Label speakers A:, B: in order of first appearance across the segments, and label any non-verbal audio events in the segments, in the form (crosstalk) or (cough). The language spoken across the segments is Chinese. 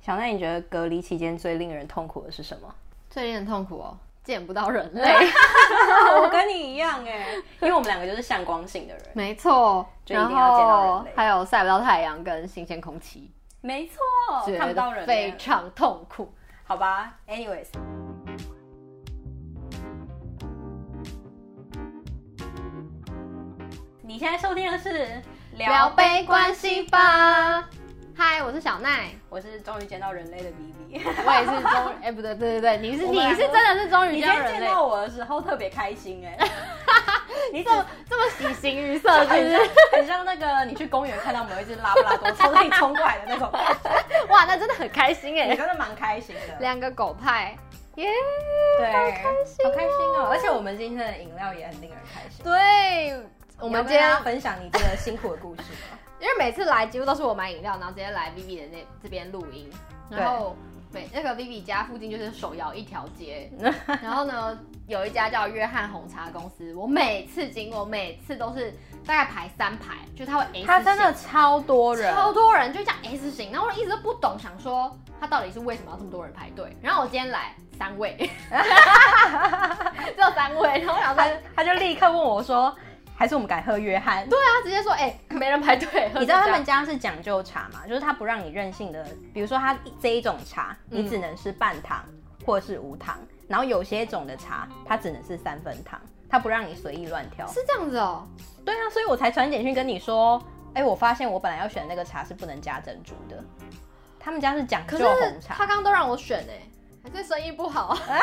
A: 小奈，你觉得隔离期间最令人痛苦的是 (laughs) 什么？
B: 最令人痛苦哦，见不到人类。
A: 我跟你一样哎，因为我们两个就是向光性的人。
B: (laughs) 没错，
A: (laughs) 就一定
B: 然
A: 要见到人
B: 后
A: 类
B: 还有晒不到太阳跟新鲜空气，
A: 没错
B: 觉，
A: 看不到人
B: 得
A: 欸
B: 非常痛苦。
A: 好吧，anyways。你现在收听的是
B: 聊杯关系吧。嗨，我是小奈，
A: 我是终于见到人类的 (laughs) B B。
B: 我也是终于，哎、 (laughs) 不对，对对对，你是
A: 我
B: 你
A: 们两
B: 是
A: 个
B: 真的是终于
A: 你今
B: 见到
A: 天
B: 人
A: 见
B: 类，
A: 到我的时候特别开心 (laughs) 哎、
B: 你怎么这么喜形于色，是不
A: 很 (laughs)
B: 是
A: 像？很像那个你去公园看到某一只拉布拉多朝你冲过来的那种 (laughs) 感觉，
B: 哇，那真的很开心
A: 你
B: 哎，
A: 真的蛮开心的。
B: 两个狗派，耶、
A: 对，
B: 好开心、
A: 好开心哦！而且我们今天的饮料也很令人开心。
B: 对，我们
A: 你要跟
B: 今
A: 大
B: 天
A: 家分享你这个辛苦的故事吗？
B: 因为每次来几乎都是我买饮料，然后直接来 Vivi 的那这边录音，
A: 对
B: 然后每那个 Vivi 家附近就是手摇一条
A: (laughs)
B: 街，然后呢有一家叫约翰红茶公司，我每次经过每次都是大概排三排，就是他会 S 型，
A: 超多
B: 超多人，
A: 哦
B: 就这样 S 型，然后我一直都不懂，想说他到底是为什么要这么多人排队，然后我今天来三
A: (laughs)
B: 位，只有三位，然后我想说
A: 他他就立刻问我说，还是我们改喝约翰？
B: 对啊，直接说哎、没人排队，
A: 你知道他们家是讲究茶嘛？就是他不让你任性的，比如说他这一种茶，
B: 嗯
A: 你只能是半糖或是无糖，然后有些种的茶，它只能是三分糖，它不让你随意乱挑。
B: 是这样子哦、
A: 对啊，所以我才传简讯跟你说，哎、我发现我本来要选的那个茶是不能加珍珠的，他们家是讲
B: 可
A: 究
B: 是
A: 红
B: 他
A: 茶。
B: 刚刚都让我选哎、还是生意不好，
A: (laughs)
B: 现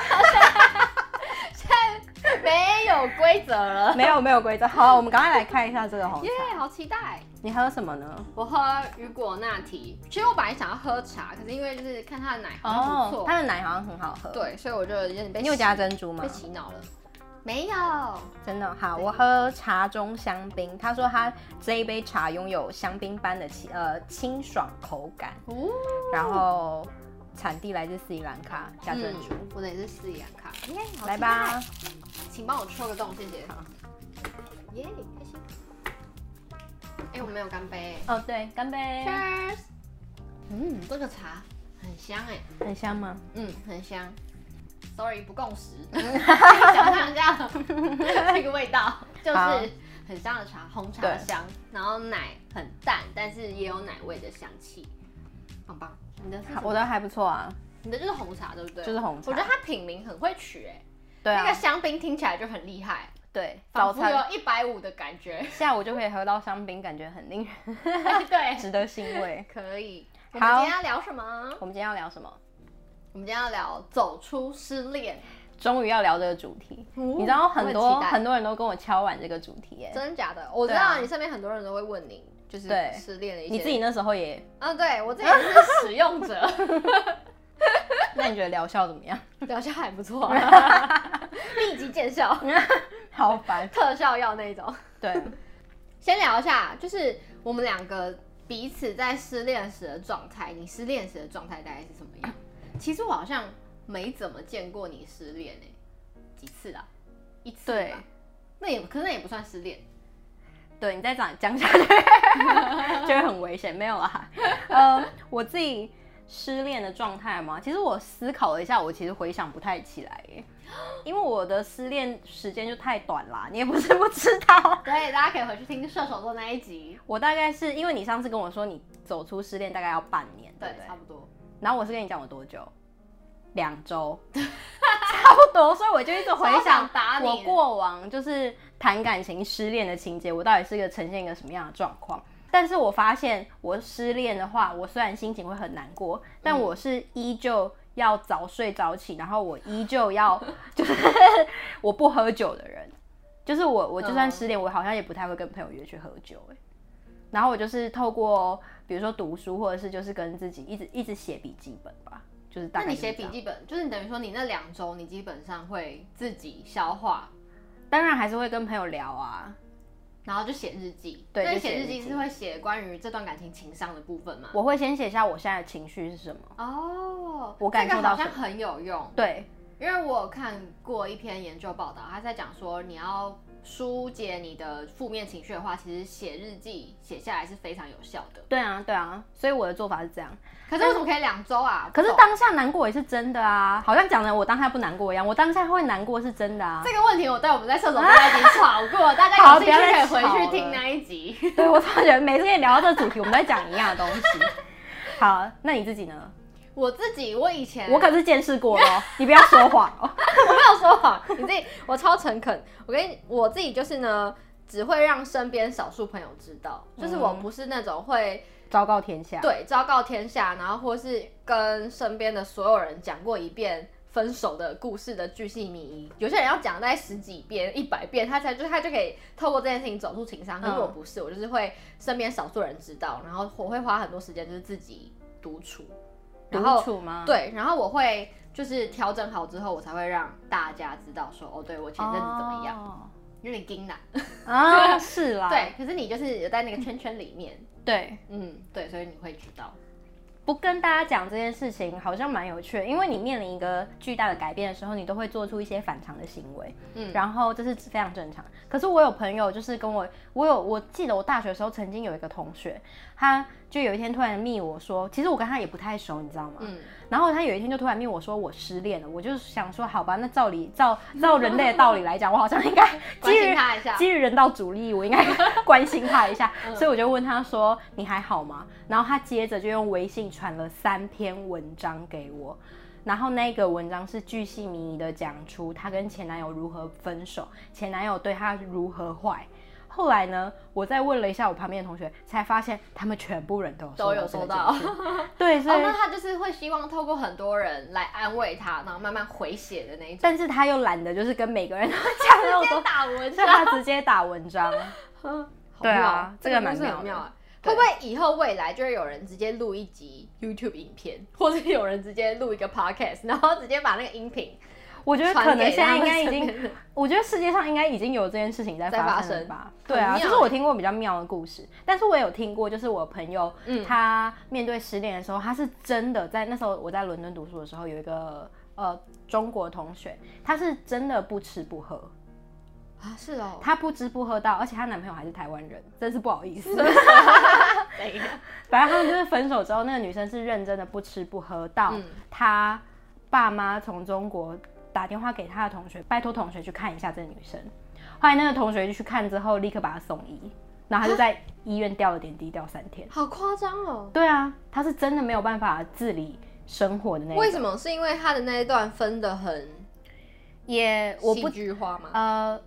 B: 在没有规则了。
A: 没有没有规
B: (laughs)
A: 则，好，我们赶快来看一下这个红茶
B: 耶。好期待！
A: 你喝什么呢？
B: 我喝雨果拿提，其实我本来想要喝茶，可是因为就是看它的奶好像哦不错，
A: 哦它的奶好像很好喝。，
B: 对，所以我就有点被
A: 你有加珍珠吗
B: 被？洗脑了。没有，
A: 真的好，
B: 对
A: 我喝茶中香槟。他说他这一杯茶拥有香槟般的清呃清爽口感，
B: 哦，
A: 然后产地来自斯里兰卡，加珍珠。
B: 嗯我的也是斯里兰卡。耶，好期待
A: 来，吧，
B: 请帮我戳个洞，谢谢
A: 好。
B: 耶，开心。哎、我们没有干杯、
A: 哦对，干杯
B: Cheers！嗯，这个茶很香哎、
A: 很香吗？
B: 嗯，很香。Sorry，不共 (laughs) 识，想象一下这个味道，就是
A: 好
B: 很香的茶，红茶
A: 对
B: 香，然后奶很淡，但是也有奶味的香气，棒棒。你的是什
A: 好我
B: 么？
A: 的还不错啊，
B: 你的就是红茶，对不对？
A: 就是红茶
B: 我觉得它品名很会取、哎、
A: 对
B: 那个
A: 啊，
B: 香槟听起来就很厉害，
A: 对，早
B: 仿佛
A: 餐
B: 有一百五的感 (laughs) 觉。
A: 下午就可以喝到香槟，感觉很令人 (laughs)
B: 对，
A: 值得欣慰。
B: 可以。我们
A: 好
B: 今天要聊什么？
A: 我们今天要聊什么？
B: 我们今天要聊走出失恋。
A: 终于要聊这个主题，
B: 你
A: 你知道哦很多很
B: 多
A: 多人都跟我敲碗这个主题耶。
B: 真的假的？我知
A: 对啊
B: 道你身边很多人都会问你，就是
A: 对
B: 失恋的一些。
A: 你自己那时候 (laughs) 也，
B: 啊，对我自己也是使用者， (laughs)
A: 那你觉得疗效怎么样？ (laughs)
B: 疗效还不错啊，立即见
A: (laughs)
B: 效，
A: 好烦。
B: 特效药那一种。
A: 对， (laughs)
B: 先聊一下，就是我们两个彼此在失恋时的状态，你失恋时的状态大概是什么样？其实我好像没怎么见过你失恋诶、几次啊？一次吧
A: 对，
B: 那也可能也不算失恋，
A: 对你再讲讲下去 (laughs) 就会很危险，没有啦。呃，我自己失恋的状态嘛，其实我思考了一下，我其实回想不太起来耶，因为我的失恋时间就太短啦，你也不是不知道。
B: 所以大家可以回去听射手座那一集，
A: 我大概是因为你上次跟我说你走出失恋大概要半年，对
B: 对
A: 不，对
B: 差？不多。
A: 然后我是跟你讲我多久？两周， (laughs) 差不多。所以我就一直回
B: 超想
A: 想
B: 打啊你
A: 我过往就是谈感情失恋的情节，我到底是个呈现一个什么样的状况？但是我发现我失恋的话，我虽然心情会很难过，
B: 嗯
A: 但我是依旧要早睡早起，然后我依旧要 (laughs) 就是我不喝酒的人，就是我我就算失恋，我好像也不太会跟朋友约去喝酒、欸，然后我就是透过比如说读书，或者是就是跟自己一直一直写笔记本吧，就是大
B: 那
A: 概
B: 你
A: 就是
B: 写
A: 这
B: 笔
A: 样
B: 记本，就是你等于说你那两周，你基本上会自己消化，
A: 当然还是会跟朋友聊啊，
B: 然后就写日记。
A: 对
B: 那你
A: 就写
B: 写
A: 日
B: 日记
A: 记
B: 是会写关于这段感情情商的部分吗？
A: 我会先写下我现在的情绪是什么。
B: 哦，
A: 我感
B: 这
A: 受
B: 个
A: 到
B: 好像
A: 什
B: 很有用，
A: 对
B: 因为我有看过一篇研究报道，他在讲说你要疏解你的负面情绪的话，其实写日记写下来是非常有效的。
A: 对啊，对啊，所以我的做法是这样。
B: 可是为什么可以两周啊？
A: 可是
B: 不懂
A: 当下难过也是真的啊，好像讲的我当下不难过一样，我当下会难过是真的啊。
B: 这个问题，我在我们在厕所大家
A: (laughs)
B: 已经吵过，大家
A: 好
B: 有
A: 不
B: 兴趣
A: 要
B: 可
A: 再
B: 以
A: 吵
B: 回
A: 了
B: 去听那一集。 (laughs)
A: (laughs) 对我突然觉得每次跟你聊到这个主题，我们都在讲一样的东西。 (laughs) 好，那你自己呢？
B: 我自己，我以前
A: 我可是见识过咯， (laughs) 你不要说谎哦。
B: 我没有说谎，你自己，我超诚恳。我跟你，我自己就是呢，只会让身边少数朋友知道，就是我不是那种会
A: (laughs) 昭告天下，
B: 对昭告天下，然后或是跟身边的所有人讲过一遍。分手的故事的巨细靡遗，有些人要讲大概十几遍、一百遍，他才就他就可以透过这件事情走出情伤。可是
A: 嗯
B: 我不是，我就是会身边少数人知道，然后我会花很多时间就是自己独处，然后
A: 独处吗？
B: 对，然后我会就是调整好之后，我才会让大家知道说，哦，对我前阵子怎么样，
A: 样？
B: 有点惊难。
A: 哦啊，是啦，
B: 对，可是你就是有在那个圈圈里面，
A: 对，
B: 嗯，对，所以你会知道。
A: 不跟大家讲这件事情好像蛮有趣的，因为你面临一个巨大的改变的时候，你都会做出一些反常的行为，
B: 嗯
A: 然后这是非常正常。可是我有朋友就是跟我，我有我记得我大学的时候曾经有一个同学，他就有一天突然密我说，其实我跟他也不太熟，你知道吗？
B: 嗯，
A: 然后他有一天就突然密我说我失恋了，我就想说好吧，那照理照照人类的道理来讲，我好像应该
B: 关
A: 基
B: 心
A: 于
B: 他一下。
A: 基于人道主义，我应该关心他
B: (laughs)
A: 一下，
B: 嗯
A: 所以我就问他说：“你还好吗？”然后他接着就用微信传了三篇文章给我，然后那个文章是巨细靡遗的讲出她跟前男友如何分手，前男友对她如何坏。后来呢，我再问了一下我旁边的同学，才发现他们全部人都有
B: 都有收到
A: 这个简讯，对，所
B: 哦，
A: 以
B: 那他就是会希望透过很多人来安慰他，然后慢慢回血的那一种。
A: 但是他又懒得就是跟每个人都讲那么
B: 直接
A: 多，
B: (laughs) 打文
A: 所以
B: 章，
A: 他直接打文章。
B: 好 (laughs)
A: 对
B: 妙哦
A: 啊这个蛮
B: 故事
A: 妙
B: 很
A: 的
B: 妙啊。
A: 对
B: 会不会以后未来就会有人直接录一集 YouTube 影片，或者有人直接录一个 Podcast，然后直接把那个音频
A: 我觉得可
B: 传
A: 能
B: 给
A: 现在
B: 他
A: 应
B: 们
A: 该已
B: 身
A: 经
B: 边的人
A: 我觉得世界上应该已经有这件事情在
B: 在
A: 发
B: 发
A: 生了
B: 生
A: 吧？
B: 很
A: 对啊，
B: 妙
A: 这是我听过比较妙的故事，但是我有听过，就是我朋友，
B: 嗯
A: 他面对失恋的时候，他是真的在那时候我在伦敦读书的时候，有一个呃中国同学，他是真的不吃不喝，
B: 啊，是哦，
A: 他不吃不喝到，而且她男朋友还是台湾人，真是不好意
B: (laughs)
A: 思。
B: 等一 (laughs) 下，
A: 反正他们就是分手之后，那个女生是认真的不吃不喝到
B: 嗯
A: 她爸妈从中国打电话给她的同学，拜托同学去看一下这个女生。后来那个同学就去看之后，立刻把她送医，然
B: 啊
A: 后她就在医院吊了点滴，吊三天。
B: 好夸张哦。
A: 对啊，她是真的没有办法自理生活的那
B: 为
A: 种。
B: 什么？是因为他的那一段分的很
A: 也我不
B: 戏剧化吗？
A: 呃，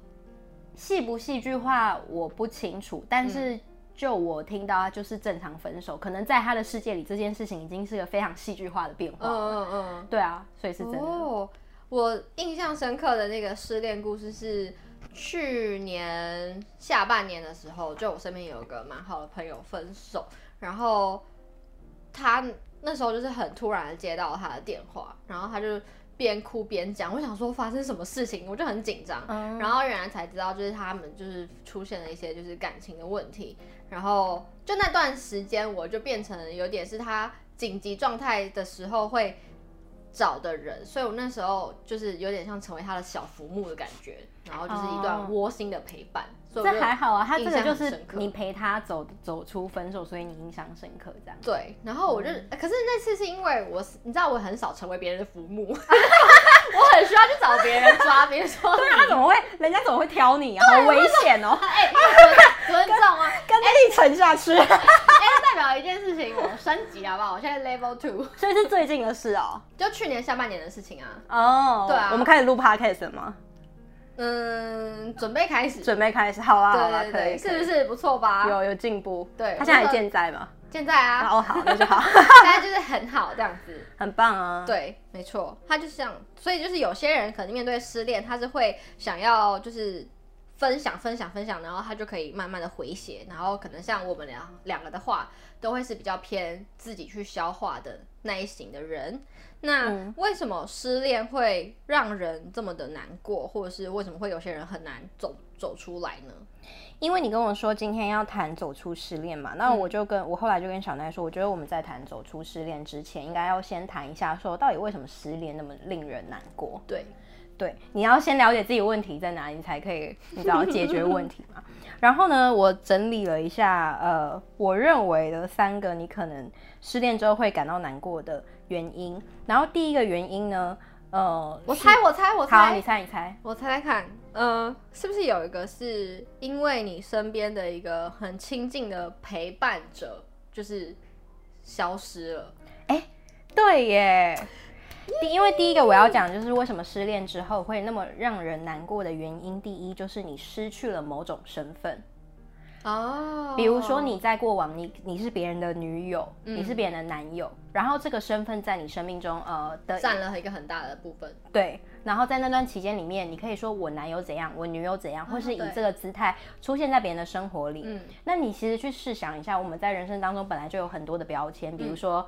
A: 戏不戏剧化我不清楚，
B: 嗯
A: 但是就我听到，就是正常分手，可能在他的世界里，这件事情已经是个非常戏剧化的变化。
B: 嗯嗯
A: 对啊，所以呃是真
B: 嗯。
A: 的。
B: 哦，我印象深刻的那个失恋故事是去年下半年的时候，就我身边有一个蛮好的朋友分手，然后他那时候就是很突然的接到他的电话，然后他就边哭边讲，我想说发生什么事情，我就很紧张。
A: 嗯
B: 然后原来才知道，就是他们就是出现了一些就是感情的问题，然后就那段时间我就变成有点是他紧急状态的时候会找的人，所以我那时候就是有点像成为他的小浮木的感觉，然后就是
A: 哦
B: 一段窝心的陪伴，所以我
A: 这
B: 就
A: 还好啊，他这
B: 印
A: 个
B: 象
A: 就
B: 很
A: 是
B: 深刻
A: 你陪他走走出分手，所以你印象深刻这样。
B: 对，然后我就，呃可是那次是因为我，你知道我很少成为别人的浮木， (laughs) 我很需要去找别人抓，比如说
A: 对 (laughs) 啊，他怎么会？人家怎么会挑你啊？好危险 (laughs) 哦！
B: 哎，尊尊重啊，
A: 跟着一沉下去，
B: 哎，代表一件事情，我升级好不好？我现在 level two，
A: (laughs) 所以是最近的事哦。
B: 就去年下半年的事情啊，
A: 哦，
B: 对啊
A: 我们开始录 podcast 了吗？
B: 嗯，准备开始，
A: 准备开始，好啦，好啦，
B: 对对
A: 可以，
B: 对，是不
A: 是？
B: 是不错吧？
A: 有有进步，
B: 对
A: 他现在
B: 我
A: 还
B: 说
A: 健在吗？
B: 现在啊，
A: 哦，好，那就好， (laughs)
B: 大家就是很好这样子，
A: 很棒啊。，
B: 对，没错，他就是这样。所以就是有些人可能面对失恋，他是会想要就是分享、分享、分享，然后他就可以慢慢的回血。然后可能像我们两两个的话，都会是比较偏自己去消化的那一型的人。那
A: 嗯
B: 为什么失恋会让人这么的难过，或者是为什么会有些人很难走走出来呢？
A: 因为你跟我说今天要谈走出失恋嘛，那
B: 嗯
A: 我就跟、我后来就跟小奈说，我觉得我们在谈走出失恋之前，应该要先谈一下说到底为什么失恋那么令人难过。
B: 对，
A: 对，你要先了解自己问题在哪里，你才可以你知道解决问题
B: (laughs)
A: 嘛。然后呢，我整理了一下，呃，我认为的三个你可能失恋之后会感到难过的原因。然后第一个原因呢，呃，
B: 我
A: 是
B: 猜，我猜，我
A: 好，
B: 猜
A: 你，猜，你猜，
B: 我猜猜看，呃，是不是有一个是因为你身边的一个很亲近的陪伴者，就是消失了？
A: 对耶。第，因为第一个我要讲就是为什么失恋之后会那么让人难过的原因，第一就是你失去了某种身份。
B: 哦，
A: 比如说你在过往，你你是别人的女友，你是别人的男友，然后这个身份在你生命中呃的
B: 占了一个很大的部分，
A: 对，然后在那段期间里面，你可以说我男友怎样，我女友怎样，或是以
B: 对
A: 这个姿态出现在别人的生活里。
B: 嗯
A: 那你其实去试想一下，我们在人生当中本来就有很多的标签，比
B: 嗯
A: 如说。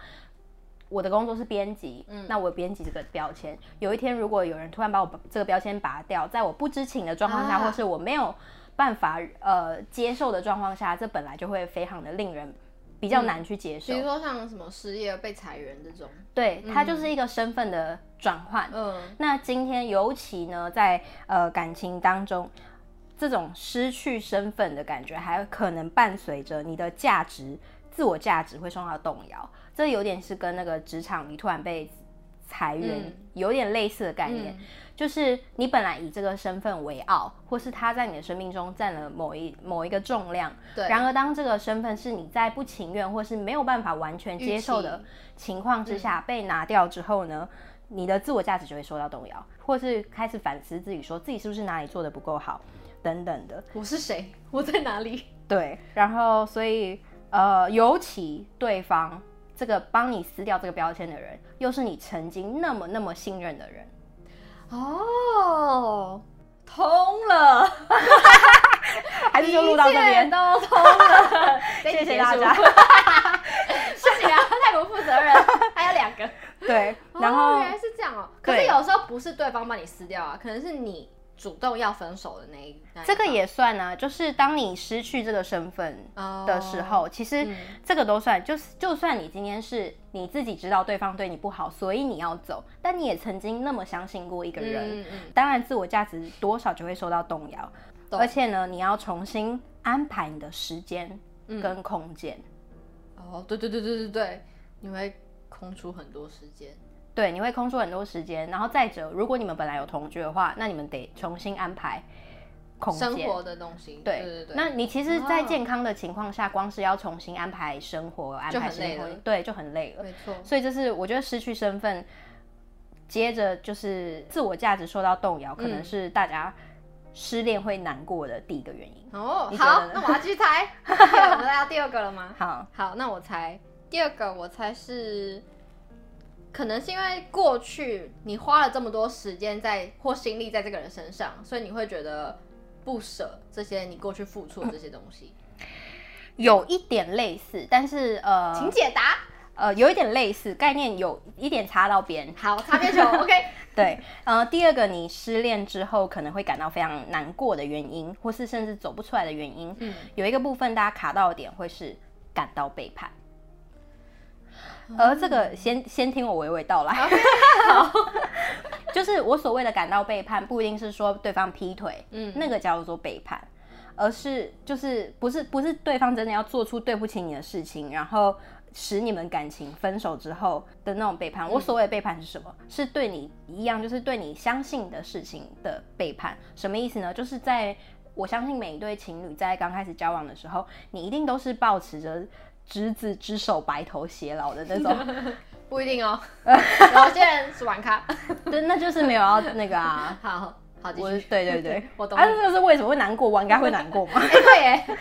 A: 我的工作是编辑，那我编辑这个标签，有一天如果有人突然把我这个标签拔掉，在我不知情的状况下，
B: 啊
A: 或是我没有办法呃接受的状况下，这本来就会非常的令人比较难去接受。
B: 嗯比如说嗯像什么失业、被裁员这种，
A: 对，它就是一个身份的转换。
B: 嗯，
A: 那今天尤其呢，在呃感情当中，这种失去身份的感觉，还可能伴随着你的价值、自我价值会受到动摇。这有点是跟那个职场你突然被裁员、
B: 嗯
A: 有点类似的概念，就是你本来以这个身份为傲，或是他在你的生命中占了某一某一个重量。
B: 对，
A: 然而，当这个身份是你在不情愿或是没有办法完全接受的
B: 预期
A: 情况之下被拿掉之后呢，你的自我价值就会受到动摇，或是开始反思自己，说自己是不是哪里做的不够好，等等的。
B: 我是谁？我在哪里？
A: 对，然后所以呃，尤其对方这个帮你撕掉这个标签的人，又是你曾经那么那么信任的人，
B: 哦，通了，
A: (laughs) 还是就录到这
B: 一切
A: 边。
B: 都通了，
A: (laughs) 谢谢大家
B: 这一集
A: (laughs)
B: 结束不行啊，太不负责任，还有两个。
A: 对，然
B: 哦、
A: 后
B: 原来是这样哦。可是
A: 对
B: 有时候不是对方把你撕掉啊，可能是你主动要分手的那一那一
A: 这个
B: 方
A: 也算啊，就是当你失去这个身份，
B: 哦
A: 的时候，其实
B: 嗯
A: 这个都算，就是就算你今天是你自己知道对方对你不好，所以你要走，但你也曾经那么相信过一个人，
B: 嗯嗯
A: 当然自我价值多少就会受到动摇，
B: 懂
A: 而且呢，你要重新安排你的时间跟空间。
B: 嗯哦，对对对对对对，你会空出很多时间。
A: 对，你会空出很多时间，然后再者，如果你们本来有同居的话，那你们得重新安排空间。
B: 生活的东西，
A: 对
B: 对对对，
A: 那你其实，在
B: 哦
A: 健康的情况下，光是要重新安排生活、安
B: 就
A: 排
B: 很
A: 生
B: 累
A: 活
B: 了，
A: 对，就很累了。
B: 没错，
A: 所以这是我觉得失去身份，接着就是自我价值受到动摇，可能是大家失恋会难过的第一个原因。
B: 哦，
A: 你觉
B: 好
A: 得，呢
B: 那我要继续
A: (laughs)
B: 猜。 (laughs) 对我们来到第二个了吗？
A: 好，
B: 好，那我猜第二个，我猜是，可能是因为过去你花了这么多时间在或心力在这个人身上，所以你会觉得不舍这些你过去付出的这些东西。
A: 有一点类似，但是
B: 嗯请
A: 呃
B: 解答。
A: 呃，有一点类似，概念有一点擦到
B: (laughs)
A: 边。
B: 好，
A: (laughs)
B: 擦边球，OK。
A: 对，呃，第二个你失恋之后可能会感到非常难过的原因，或是甚至走不出来的原因，
B: 嗯，
A: 有一个部分大家卡到的点会是感到背叛。而这个先先听我娓娓道来。 (laughs) 就是我所谓的感到背叛，不一定是说对方劈腿，
B: 嗯
A: 嗯，那个叫做背叛，而是就是不是不是对方真的要做出对不起你的事情，然后使你们感情分手之后的那种背叛。
B: 嗯
A: 我所谓的背叛是什么？是对你一样，就是对你相信的事情的背叛。什么意思呢？就是在我相信每一对情侣在刚开始交往的时候，你一定都是保持着。执子之手，白头偕老的那种
B: (laughs) 不一
A: (laughs)
B: 定哦，有些人是玩咖。
A: 对，那就是没有要那个啊。
B: 好好，继
A: 我
B: 续。，
A: 对对对
B: (laughs) 我懂
A: 啊，这个是为什么会难过？我应该会难过吗？
B: 哎、对耶，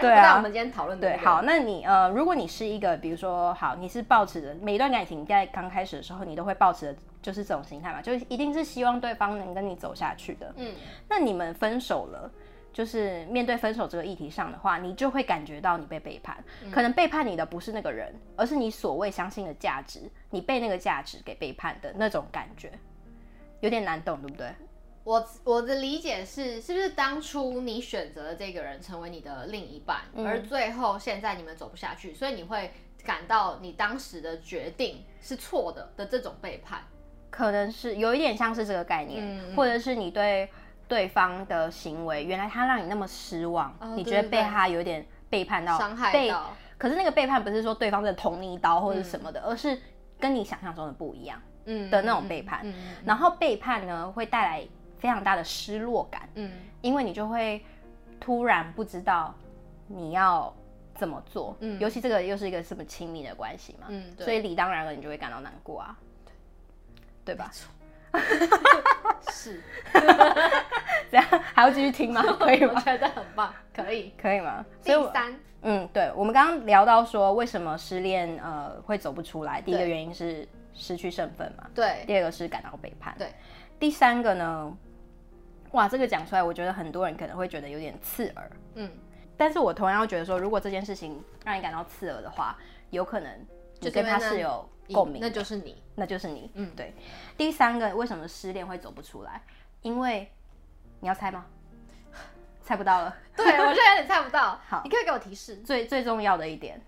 A: (laughs)
B: (laughs)
A: 对啊
B: 不在我们今天讨论的、
A: 对，好，，那你呃，如果你是一个，比如说，好，你是抱持着每一段感情在刚开始的时候，你都会抱持着就是这种心态嘛，就是一定是希望对方能跟你走下去的。
B: 嗯，
A: 那你们分手了，就是面对分手这个议题上的话，你就会感觉到你被背叛，可能背叛你的不是那个人，而是你所谓相信的价值，你被那个价值给背叛的那种感觉，有点难懂，对不对？
B: 我我的理解是，是不是当初你选择了这个人成为你的另一半，
A: 嗯
B: 而最后现在你们走不下去，所以你会感到你当时的决定是错的的这种背叛？
A: 可能是有一点像是这个概念，
B: 嗯嗯
A: 或者是你对对方的行为，原来他让你那么失望，
B: 哦
A: 你
B: 对
A: 觉得
B: 对
A: 被
B: 对
A: 他有点背叛到，
B: 伤害
A: 被
B: 到，
A: 可是那个背叛不是说对方真的捅你一刀或者什么的，而是跟你想象中的不一样。
B: 嗯
A: 的那种背叛
B: 嗯嗯嗯
A: 然后背叛呢，会带来非常大的失落感，
B: 嗯
A: 因为你就会突然不知道你要怎么做。
B: 嗯
A: 尤其这个又是一个这么亲密的关系嘛，
B: 嗯，对
A: 所以理当然了，你就会感到难过啊，对吧？ (laughs)
B: 是，
A: 这样还要继续
B: (laughs)
A: 听吗？可以
B: 我
A: 吗？
B: 觉得很棒，可以。
A: 可以吗？
B: 第
A: 所以我，
B: 三，
A: 嗯，对，我们刚刚聊到说，为什么失恋呃会走不出来？第一个
B: 对
A: 原因是失去身份嘛，
B: 对，
A: 第二个是感到背叛，
B: 对，
A: 第三个呢，哇，这个讲出来，我觉得很多人可能会觉得有点刺耳，
B: 嗯，
A: 但是我同样会觉得说，如果这件事情让你感到刺耳的话，有可能你
B: 就是
A: 跟
B: 因为
A: 他
B: 那
A: 是有共鸣的，
B: 那就是你，
A: 那就是你，
B: 嗯
A: 对。第三个，为什么失恋会走不出来？因为你要猜吗？猜不到了。
B: 对我现在有点猜不到。
A: 好
B: 你可以给我提示，
A: (laughs) 最最重要的一点，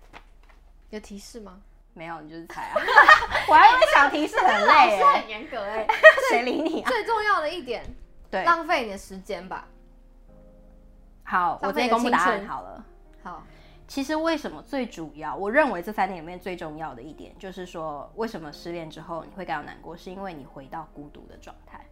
B: 有提示吗？
A: 没有，你就是猜啊。 (laughs) 我还以为想提示很
B: 老
A: 累
B: 师
A: 欸，
B: 很严格
A: (laughs)
B: 哎。
A: 谁理你啊？
B: (laughs) 最重要的一点，
A: 对，
B: 浪费你的时间吧。
A: 好，我
B: 浪
A: 直
B: 费
A: 接
B: 你的
A: 公布答
B: 青
A: 案
B: 春
A: 好了。
B: 好，
A: 其实为什么最主要？我认为这三点里面最重要的一点，就是说为什么失恋之后你会感到难过，是因为你回到孤独的状态。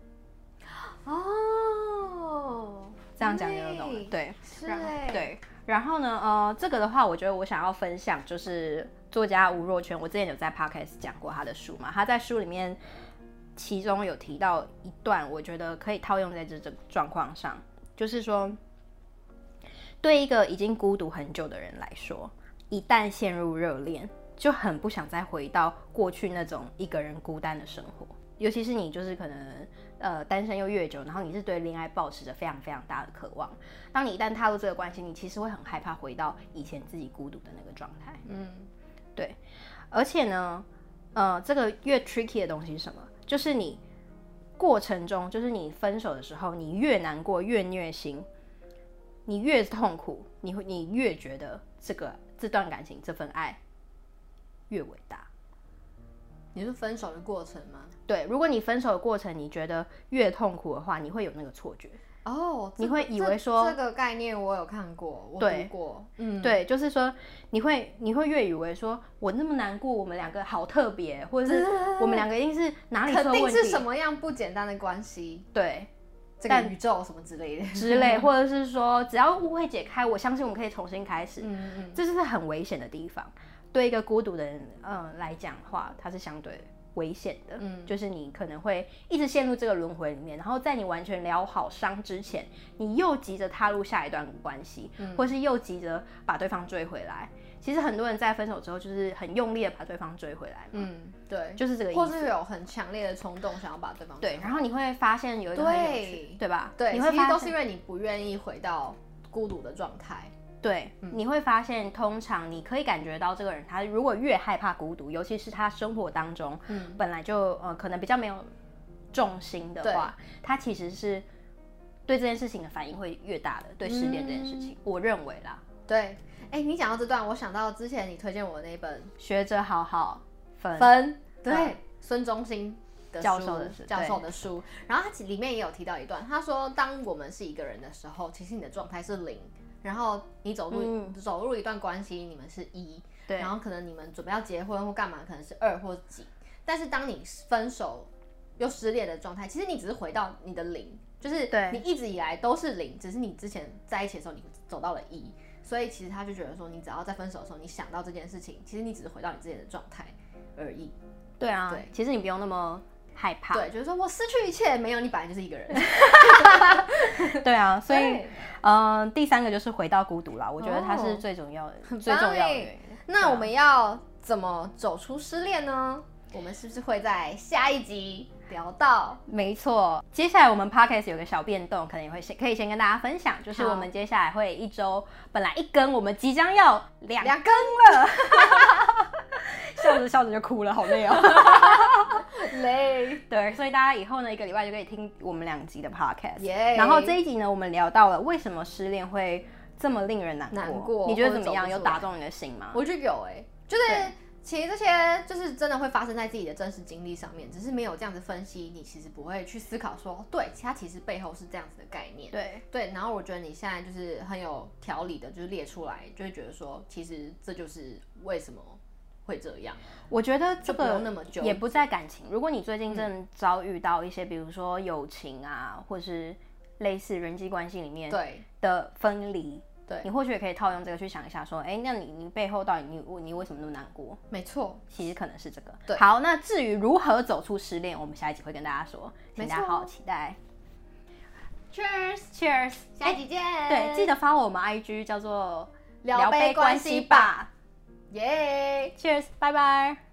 B: 哦，
A: 这样讲你就懂了
B: 对，
A: 对。
B: 是
A: 然后
B: 哎，，
A: 对，然后呢，呃，这个的话，我觉得我想要分享就是作家吴若权，我之前有在 podcast 讲过他的书嘛，他在书里面其中有提到一段，我觉得可以套用在这种状况上，就是说，对一个已经孤独很久的人来说，一旦陷入热恋，就很不想再回到过去那种一个人孤单的生活。尤其是你就是可能呃单身又越久，然后你是对恋爱抱持着非常非常大的渴望。当你一旦踏入这个关系，你其实会很害怕回到以前自己孤独的那个状态。
B: 嗯，
A: 而且呢，呃，这个越 tricky 的东西是什么？就是你过程中，就是你分手的时候，你越难过，越虐心，你越痛苦，你会你越觉得这个这段感情这份爱越伟大。
B: 你是分手的过程吗？
A: 对，如果你分手的过程你觉得越痛苦的话，你会有那个错觉。
B: 哦，
A: 你
B: 这
A: 会
B: 个
A: 以
B: 这
A: 为说
B: 这个概念我有看过，我
A: 对
B: 读过，嗯，
A: 对，就是说你会你会越以为说我那么难过，我们两个好特别，或者是我们两个一定是哪里出
B: 肯
A: 了
B: 定
A: 问题，
B: 是什么样不简单的关系，
A: 对
B: 这个宇宙什么之
A: (laughs)
B: 类的，
A: 之类，或者是说只要误会解开，我相信我们可以重新开始，
B: 嗯嗯
A: 这就是很危险的地方。对一个孤独的人，呃来讲的话，它是相对危险的，
B: 嗯
A: 就是你可能会一直陷入这个轮回里面，然后在你完全疗好伤之前，你又急着踏入下一段关系，
B: 嗯
A: 或是又急着把对方追回来。其实很多人在分手之后，就是很用力的把对方追回来嘛，
B: 嗯，对，
A: 就是这个意
B: 或
A: 思。
B: 是有很强烈的冲动想要把对方
A: 对，然后你会发现有一个很有趣，对
B: 对
A: 吧？
B: 对，
A: 你会
B: 其实
A: 发
B: 都
A: 现
B: 是因为你不愿意回到孤独的状态，
A: 对，
B: 嗯
A: 你会发现，通常你可以感觉到这个人，他如果越害怕孤独，尤其是他生活当中、
B: 嗯
A: 本来就呃可能比较没有重心的话，他其实是对这件事情的反应会越大的，对失恋这件事
B: 嗯
A: 情，我认为啦，
B: 对。哎、你讲到这段，我想到之前你推荐我的那本
A: 学着好好分，
B: 分，
A: 嗯
B: 对，孙中兴的书
A: 教授的书
B: 教授
A: 对
B: 的书，然后他其里面也有提到一段，他说，当我们是一个人的时候，其实你的状态是零，然后你走入、
A: 嗯
B: 走入一段关系，你们是一，
A: 对
B: 然后可能你们准备要结婚或干嘛，可能是二或几，但是当你分手又失恋的状态，其实你只是回到你的零，就是
A: 对
B: 你一直以来都是零，只是你之前在一起的时候你走到了一。所以其实他就觉得说，你只要在分手的时候，你想到这件事情，其实你只是回到你之前的状态而已。
A: 对啊
B: 对
A: 其实你不用那么害怕，
B: 对，就是说我失去一切，没有你本来就是一
A: (laughs)
B: 个人，
A: 对啊，所以
B: 对
A: 嗯、呃第三个就是回到孤独啦，我觉得它是
B: 哦
A: 最重要的，
B: 很
A: 最重
B: 棒
A: 要的
B: 欸
A: 原因。
B: 那我们要怎么走出失恋呢？我们是不是会在下一集聊到？
A: 没错，接下来我们 podcast 有个小变动，可能也会先可以先跟大家分享，就是
B: 好
A: 我们接下来会一周，本来一根，我们即将要两，(laughs)
B: 两根
A: 笑着笑着就哭了，好累
B: (laughs)
A: 哦。
B: 嘞，
A: 对，所以大家以后呢，一个礼拜就可以听我们两集的 podcast。
B: (laughs) 耶
A: 然后这一集呢，我们聊到了为什么失恋会这么令人难过，
B: 难过
A: 你觉得怎么样？
B: 或者走不出来
A: 有打中你的心吗？
B: 我就有哎、就是
A: 对
B: 其实这些就是真的会发生在自己的真实经历上面，只是没有这样子分析，你其实不会去思考说，哦对，它其实背后是这样子的概念。
A: 对，
B: 对，然后我觉得你现在就是很有条理的，就是列出来，就会觉得说，其实这就是为什么会这样，
A: 我觉得这
B: 就不用
A: 个
B: 那么久。
A: 也不在感情。如果你最近正遭遇到一些，比如说友情啊，或是类似人际关系里面
B: 对
A: 的分离，
B: 对，
A: 你或许也可以套用这个去想一下，说，哎、那你你背后到底你你为什么那么难过？
B: 没错，
A: 其实可能是这个。
B: 对
A: 好，那至于如何走出失恋，我们下一集会跟大家说，请大
B: 没
A: 家
B: 错
A: 好好期待。
B: Cheers，
A: Cheers，
B: 下期见。
A: 对，记得发我们 IG 叫做
B: 聊杯关系吧，耶。
A: Cheers，拜拜。